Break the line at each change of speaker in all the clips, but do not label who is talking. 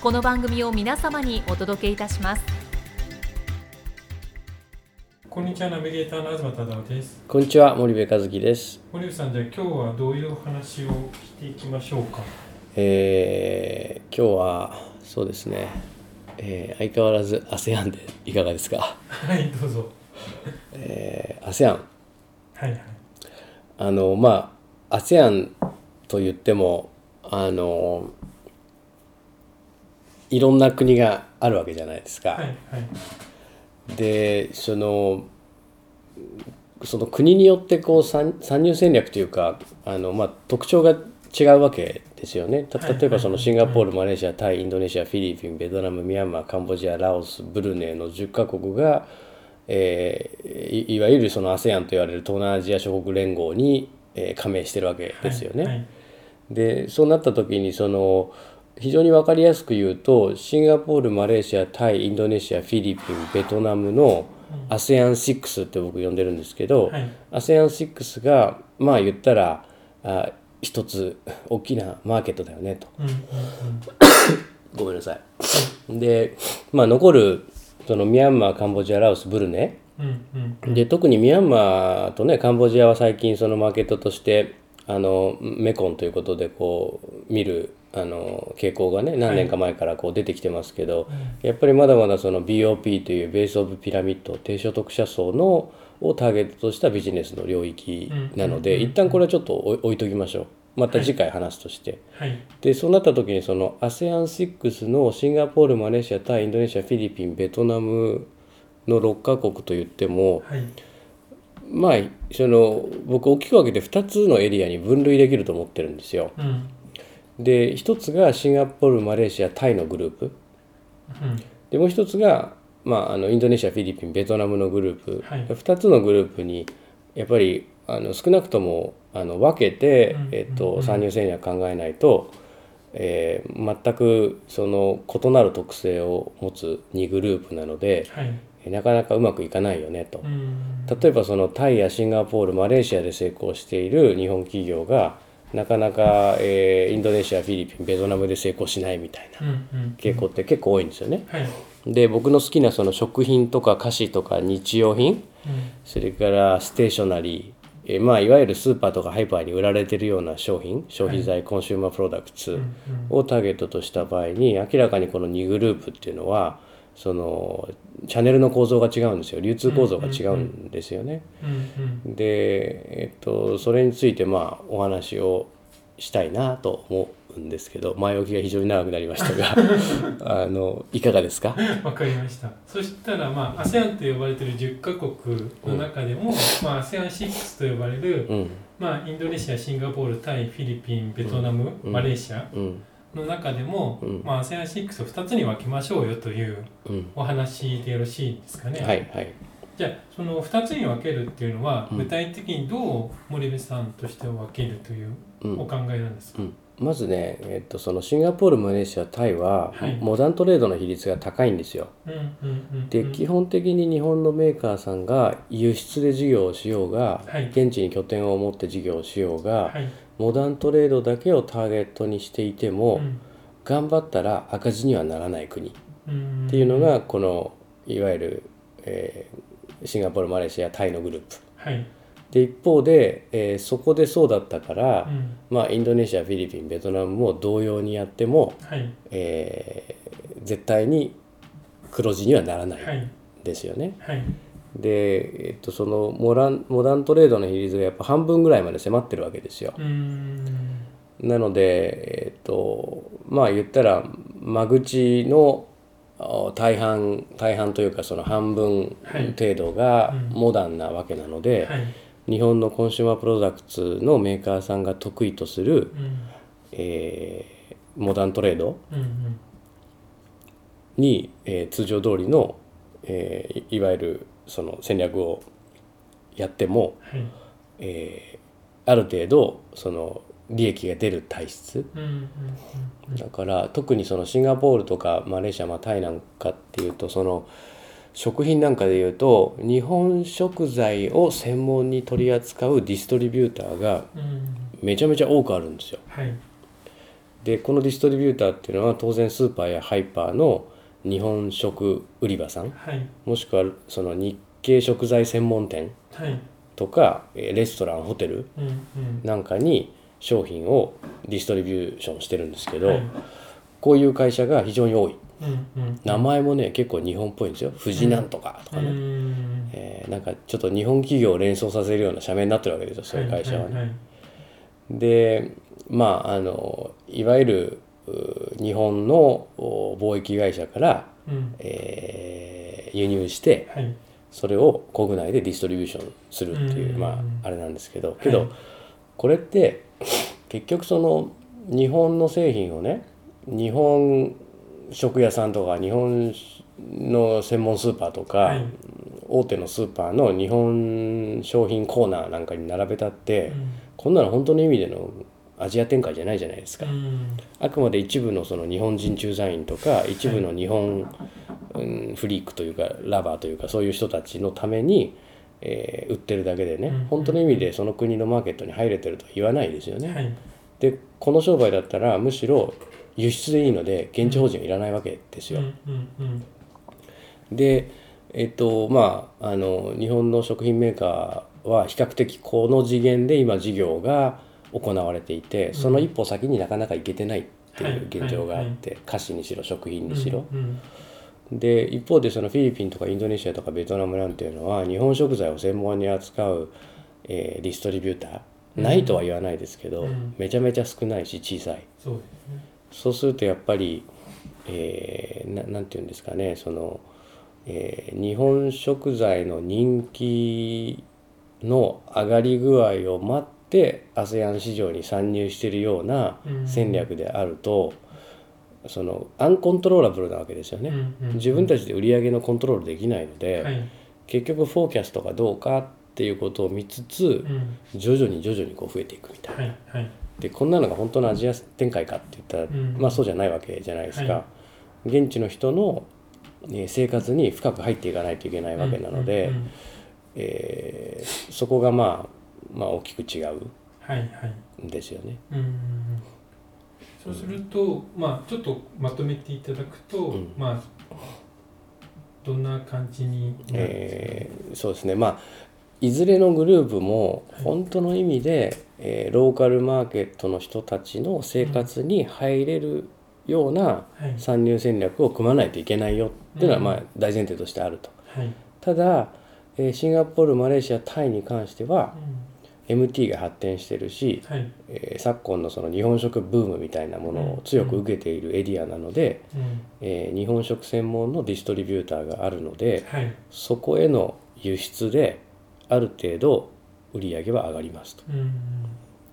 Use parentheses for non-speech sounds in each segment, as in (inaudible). この番組を皆様にお届けいたします
こんにちは、ナビゲーターの東忠夫です。
こんにちは森部和樹です、
森内さん、じゃあ今日はどういうお話をしていきましょうか。 (laughs)
えー、今日はそうですね、えー相変わらず ASEAN でいかがですか、
はい、どうぞ。
えー、ASEAN
はいはい。
あのまあ ASEAN と言ってもあのいろんな国があるわけじゃないですか、
はいはい。
でそのその国によってこう参参入戦略というかあの、まあ、特徴が違うわけですよね。た
はい
例えばそ
は
の
い
シンガポール、マレーシア、タイ、インドネシア、フィリピン、ベトナム、ミャンマー、カンボジア、ラオス、ブルネイの10カ国が、えーいいわゆるその ASEAN と言われる東南アジア諸国連合に、えー加盟してるわけですよね。
はい
でそうなった時にその非常に分かりやすく言うとシンガポールマレーシアタイインドネシアフィリピンベトナムの ASEAN6 って僕呼んでるんですけど
はい
ASEAN6 がまあ言ったらあ一つ大きなマーケットだよねと
うんうん
ごめんなさい。で、まあ、残るそのミャンマーカンボジアラオスブルネ
うんうん
で特にミャンマーとねカンボジアは最近そのマーケットとしてあのメコンということでこう見るあの傾向がね何年か前からこう出てきてますけど、やっぱりまだまだその BOP というベース・オブ・ピラミッド低所得者層のをターゲットとしたビジネスの領域なので、
うん
一旦これはちょっと置い置いときましょうまた次回話すとして。
はい
でそうなった時にその ASEAN6 のシンガポールマレーシアタイインドネシアフィリピンベトナムの6カ国といっても、
はい
まあその僕大きく分けて2つのエリアに分類できると思ってるんですよ。
うんうん
で1つがシンガポールマレーシアタイのグループでもう1つが、まあ、あのインドネシアフィリピンベトナムのグループ、
はい
2つのグループにやっぱりあの少なくともあの分けて
うん、
えっ
うんうん
と、参入戦略考えないと、えー全くその異なる特性を持つ2グループなので
はい
なかなかうまくいかないよねと
う。ん
例えばそのタイやシンガポールマレーシアで成功している日本企業がなかなか、えーインドネシアフィリピンベトナムで成功しないみたいな
うんうん
傾向って結構多いんですよね。
はい
で僕の好きなその食品とか菓子とか日用品
うん
それからステーショナリー、えーまあ、いわゆるスーパーとかハイパーに売られてるような商品消費財、コンシューマープロダクツ、
うんうん
をターゲットとした場合に明らかにこの2グループっていうのはそのチャンネルの構造が違うんですよ流通構造が違うんですよね。
うん
で、えっと、それについてまあお話をしたいなと思うんですけど前置きが非常に長くなりました
(laughs)
があのいかがですか
うん (laughs) わかりましたそしたらまあ ASEAN と呼ばれてる10カ国の中でも、まあ ASEAN6 と呼ばれる、
うん
まあ、インドネシアシンガポールタイフィリピンベトナム、
うん
マレーシア、
うん
の中でも、
うん
まあ、ASEAN6 を2つに分けましょうよという
うん
お話でよろしいですかね、
はいはい
じゃあその2つに分けるっていうのは、
うん
具体的にどう森部さんとして分けるという
う
お
ん
考えなんですか、
うんまずね、えっと、そのシンガポールマレーシアタイは、
はい
モダントレードの比率が高いんですよ。
うんうんうん
で
うん
基本的に日本のメーカーさんが輸出で事業をしようが、
はい
現地に拠点を持って事業をしようが、
はい
モダントレードだけをターゲットにしていても、
うん
頑張ったら赤字にはならない国っ
うん
ていうのがこのいわゆる、えーシンガポールマレーシアタイのグループ
はい、
で一方で、えーそこでそうだったから、
うん
まあ、インドネシアフィリピンベトナムも同様にやっても、
はい
えー絶対に黒字にはならな
はいい
ですよね。
はい
で、えっと、そのモランモダントレードの比率がやっぱ半分ぐらいまで迫ってるわけですよ。
うーん
なので、えっと、まあ言ったら間口のあ大半大半というかその半分
はい
程度が
うん
モダンなわけなので、
はい
日本のコンシューマープロダクツのメーカーさんが得意とする、
うん
えーモダントレード
うんうん
に、えー通常通りの、えーいいわゆるその戦略をやっても、
はい
えーある程度その利益が出る体質
うんうんうん
だから特にそのシンガポールとかマレーシア、まあ、タイなんかっていうとその食品なんかでいうと日本食材を専門に取り扱うディストリビューターが
うんうん
めちゃめちゃ多くあるんですよ。
はい
でこのディストリビューターっていうのは当然スーパーやハイパーの日本食売り場さん
はい
もしくはその日系食材専門店
はい
とかえーレストランホテル
うんうん
なんかに商品をディストリビューションしてるんですけど、
はい
こういう会社が非常に多い
うんうん
名前もね結構日本っぽいんですよ富士なんとかとか
う
ね、
ん
えーなんかちょっと日本企業を連想させるような社名になってるわけですよそういう会社はね、
いい
でまああのいわゆるうー日本のお貿易会社から、
いうん
えー輸入して
はい
それを国内でディストリビューションするっていう、
うん
まああれなんですけどけど、
はい
これって結局その日本の製品をね日本食屋さんとか日本の専門スーパーとか、
はい
大手のスーパーの日本商品コーナーなんかに並べたって、
うん
こんなの本当の意味でのアジア展開じゃないじゃないですか。
うん
あくまで一部のその日本人駐在員とか一部の日本、うんフリークというかラバーというかそういう人たちのために、えー売ってるだけでね、
うん
本当の意味でその国のマーケットに入れてるとは言わないですよね。
はい
でこの商売だったらむしろ輸出でいいので現地法人はいらないわけですよ。
うんうん
でえっとまああの日本の食品メーカーは比較的この次元で今事業が行われていてその一歩先になかなか行けてないっていう現状があって菓子にしろ食
う
品
ん
にしろ。
うん
で一方でそのフィリピンとかインドネシアとかベトナムなんていうのは日本食材を専門に扱う、えーディストリビューター
うん
ないとは言わないですけど、
うん
めちゃめちゃ少ないし小さい
そうですね
そうするとやっぱり、えーななんていうんですかねその、えー日本食材の人気の上がり具合を待って ASEAN 市場に参入しているような
うん
戦略であると、そのアンコントローラブルなわけですよね。
うんうん
自分たちで売り上げのコントロールできないので、
はい
結局フォーキャストがどうかっていうことを見つつ
うん
徐々に徐々にこう増えていくみたいな
はいはい
でこんなのが本当のアジア展開かって言ったら、
うん
まあそうじゃないわけじゃないですか、
は
現地の人のね生活に深く入っていかないといけないわけなので、
うんうんうん
えーそこが、まあ、まあ大きく違う
はいはい
んですよね。
うんうんうんそうするとまあちょっとまとめていただくと
うん
まあどんな感じになるんですか
えーそうですねまあいずれのグループも本当の意味で、えーローカルマーケットの人たちの生活に入れるような
はい
参入戦略を組まないといけないよっていうのは、
うん
まあ、大前提としてあると。
はい
ただ、えーシンガポールマレーシアタイに関しては
う
MT が発展してるし
ん、はい
えー昨今のその日本食ブームみたいなものを強く受けているエリアなので、
うん
えー日本食専門のディストリビューターがあるので、
はい
そこへの輸出である程度売り上げは上がりますと
うんうん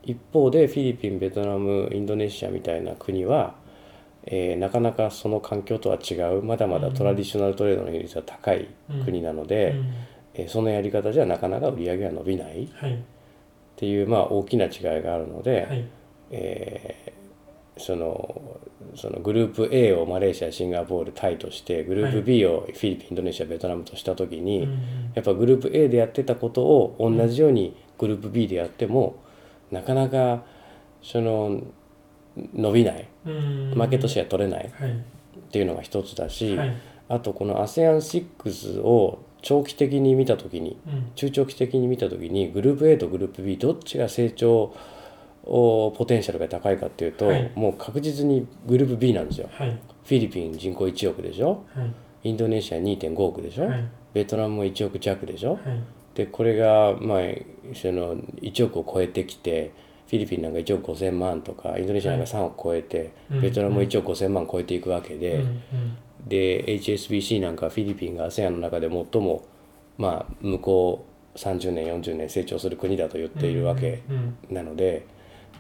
一方でフィリピンベトナムインドネシアみたいな国は、えーなかなかその環境とは違うまだまだトラディショナルトレードの比率が高い国なので、
うん
えーそのやり方じゃなかなか売り上げは伸びないっ
はい
ていう、まあ、大きな違いがあるので、
はい
えーそのそのグループ A をマレーシアシンガポールタイとしてグループ B をフィリピンインドネシアベトナムとした時に、
うん
やっぱグループ A でやってたことを同じようにグループ B でやっても、なかなかその伸びない
うん
マーケットシェア取れない
はい
っていうのが一つだし、
はい
あとこの ASEAN6 を長期的に見た時に
うん
中長期的に見た時にグループ A とグループ B どっちが成長おポテンシャルが高いかっていうと、
はい
もう確実にグループ B なんですよ。
はい
フィリピン人口1億でしょ
はい
インドネシア2.5億でしょ、
はい
ベトナムも1億弱でしょ、
はい
でこれが、まあ、その1億を超えてきてフィリピンなんか1億5,000万とかインドネシアなんか3億超えて、
うん
ベトナムも1億5,000万超えていくわけで、
うん
で HSBC なんかフィリピンが ASEAN の中で最も、まあ、向こう30年40年成長する国だと言っ
うん
ているわけ
うん
なので、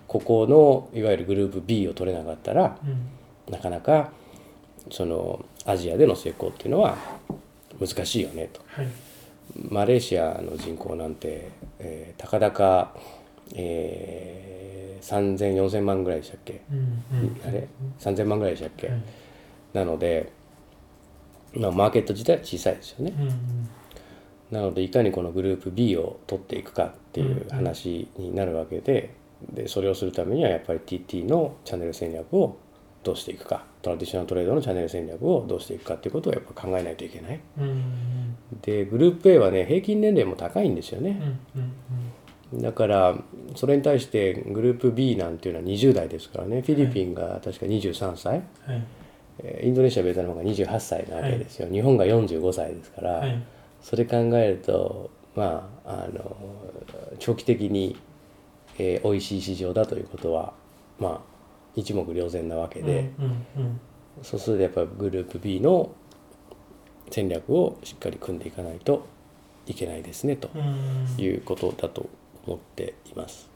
ここのいわゆるグループ B を取れなかったら
うんうん
なかなかそのアジアでの成功っていうのは難しいよねと。
はい
マレーシアの人口なんて、えー、たかだか、えー、30004000万ぐらいでしたっけ
うんうん
あれ3000万ぐらいでしたっけ、
はい
なので、まあ、マーケット自体は小さいですよね
うんうん
なのでいかにこのグループ B を取っていくかっていう話になるわけででそれをするためにはやっぱり TT のチャンネル戦略をどうしていくかトラディショナルトレードのチャンネル戦略をどうしていくかっていうことをやっぱ考えないといけない
うんうん
でグループ A はね平均年齢も高いんですよね、
うんうん
だからそれに対してグループ B なんていうのは20代ですからねフィリピンが確か23歳、
うんはい
えーインドネシアベトナムが28歳なわけですよ、日本が45歳ですから、
はい
それ考えるとまああの長期的に、えー美味しい市場だということはまあ一目瞭然なわけで、
うんうん
そうするとやっぱりグループ B の戦略をしっかり組んでいかないといけないですねと
うんうん
いうことだと思っています。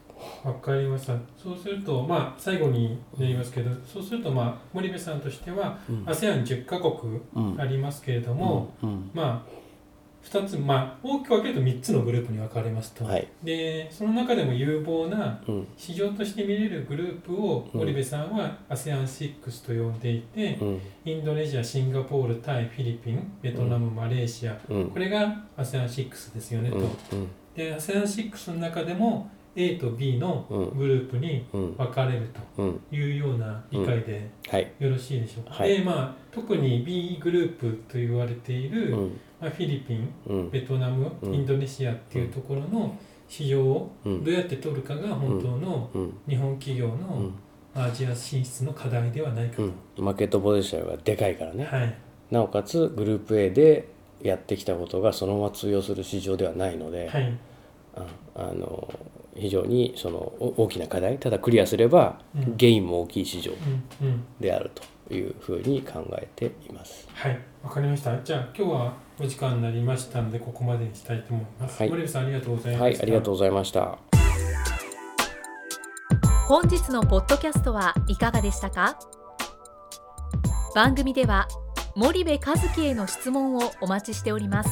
わかりました。そうすると、まあ、最後になりますけど、そうすると、まあ、森部さんとしては、
うん
ASEAN10 カ国
うん
ありますけれども、
うん
まあ、2つ、まあ、大きく分けると3つのグループに分かれますと、
はい
でその中でも有望な
うん
市場として見れるグループを
うん
森部さんは ASEAN6 と呼んでいて、
うん
インドネシア、シンガポール、タイ、フィリピン、ベトナム、マレーシア、
うん
これが ASEAN6 ですよねと。
うん
で ASEAN6 の中でも A と B の
うん
グループに
うん
分かれる
うん
というような理解で
はい
よろしいでしょうか、
はい
でまあ特に B グループと言われていうる、
ん
まあ、フィリピン
うん
ベトナム
うん
インドネシアっていうところの市場を
う
ど
ん
うやって取るかが本当の
うん
日本企業
う
の
ん
アジア進出の課題ではないか
う
と、
んマーケットポジションがでかいからね
はい
なおかつグループ A でやってきたことがそのまま通用する市場ではないので、
はい
ああの非常にそのお大きな課題ただクリアすれば
うん
ゲインも大きい市場
うんうん
であるというふうに考えています。
はい、わかりました。じゃあ今日はお時間になりましたのでここまでにしたいと思います。
はい
森部さんありがとうございました。
はい、ありがとうございました。
本日のポッドキャストはいかがでしたか番組では森部和樹への質問をお待ちしております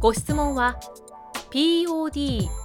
ご質問は podcast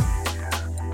う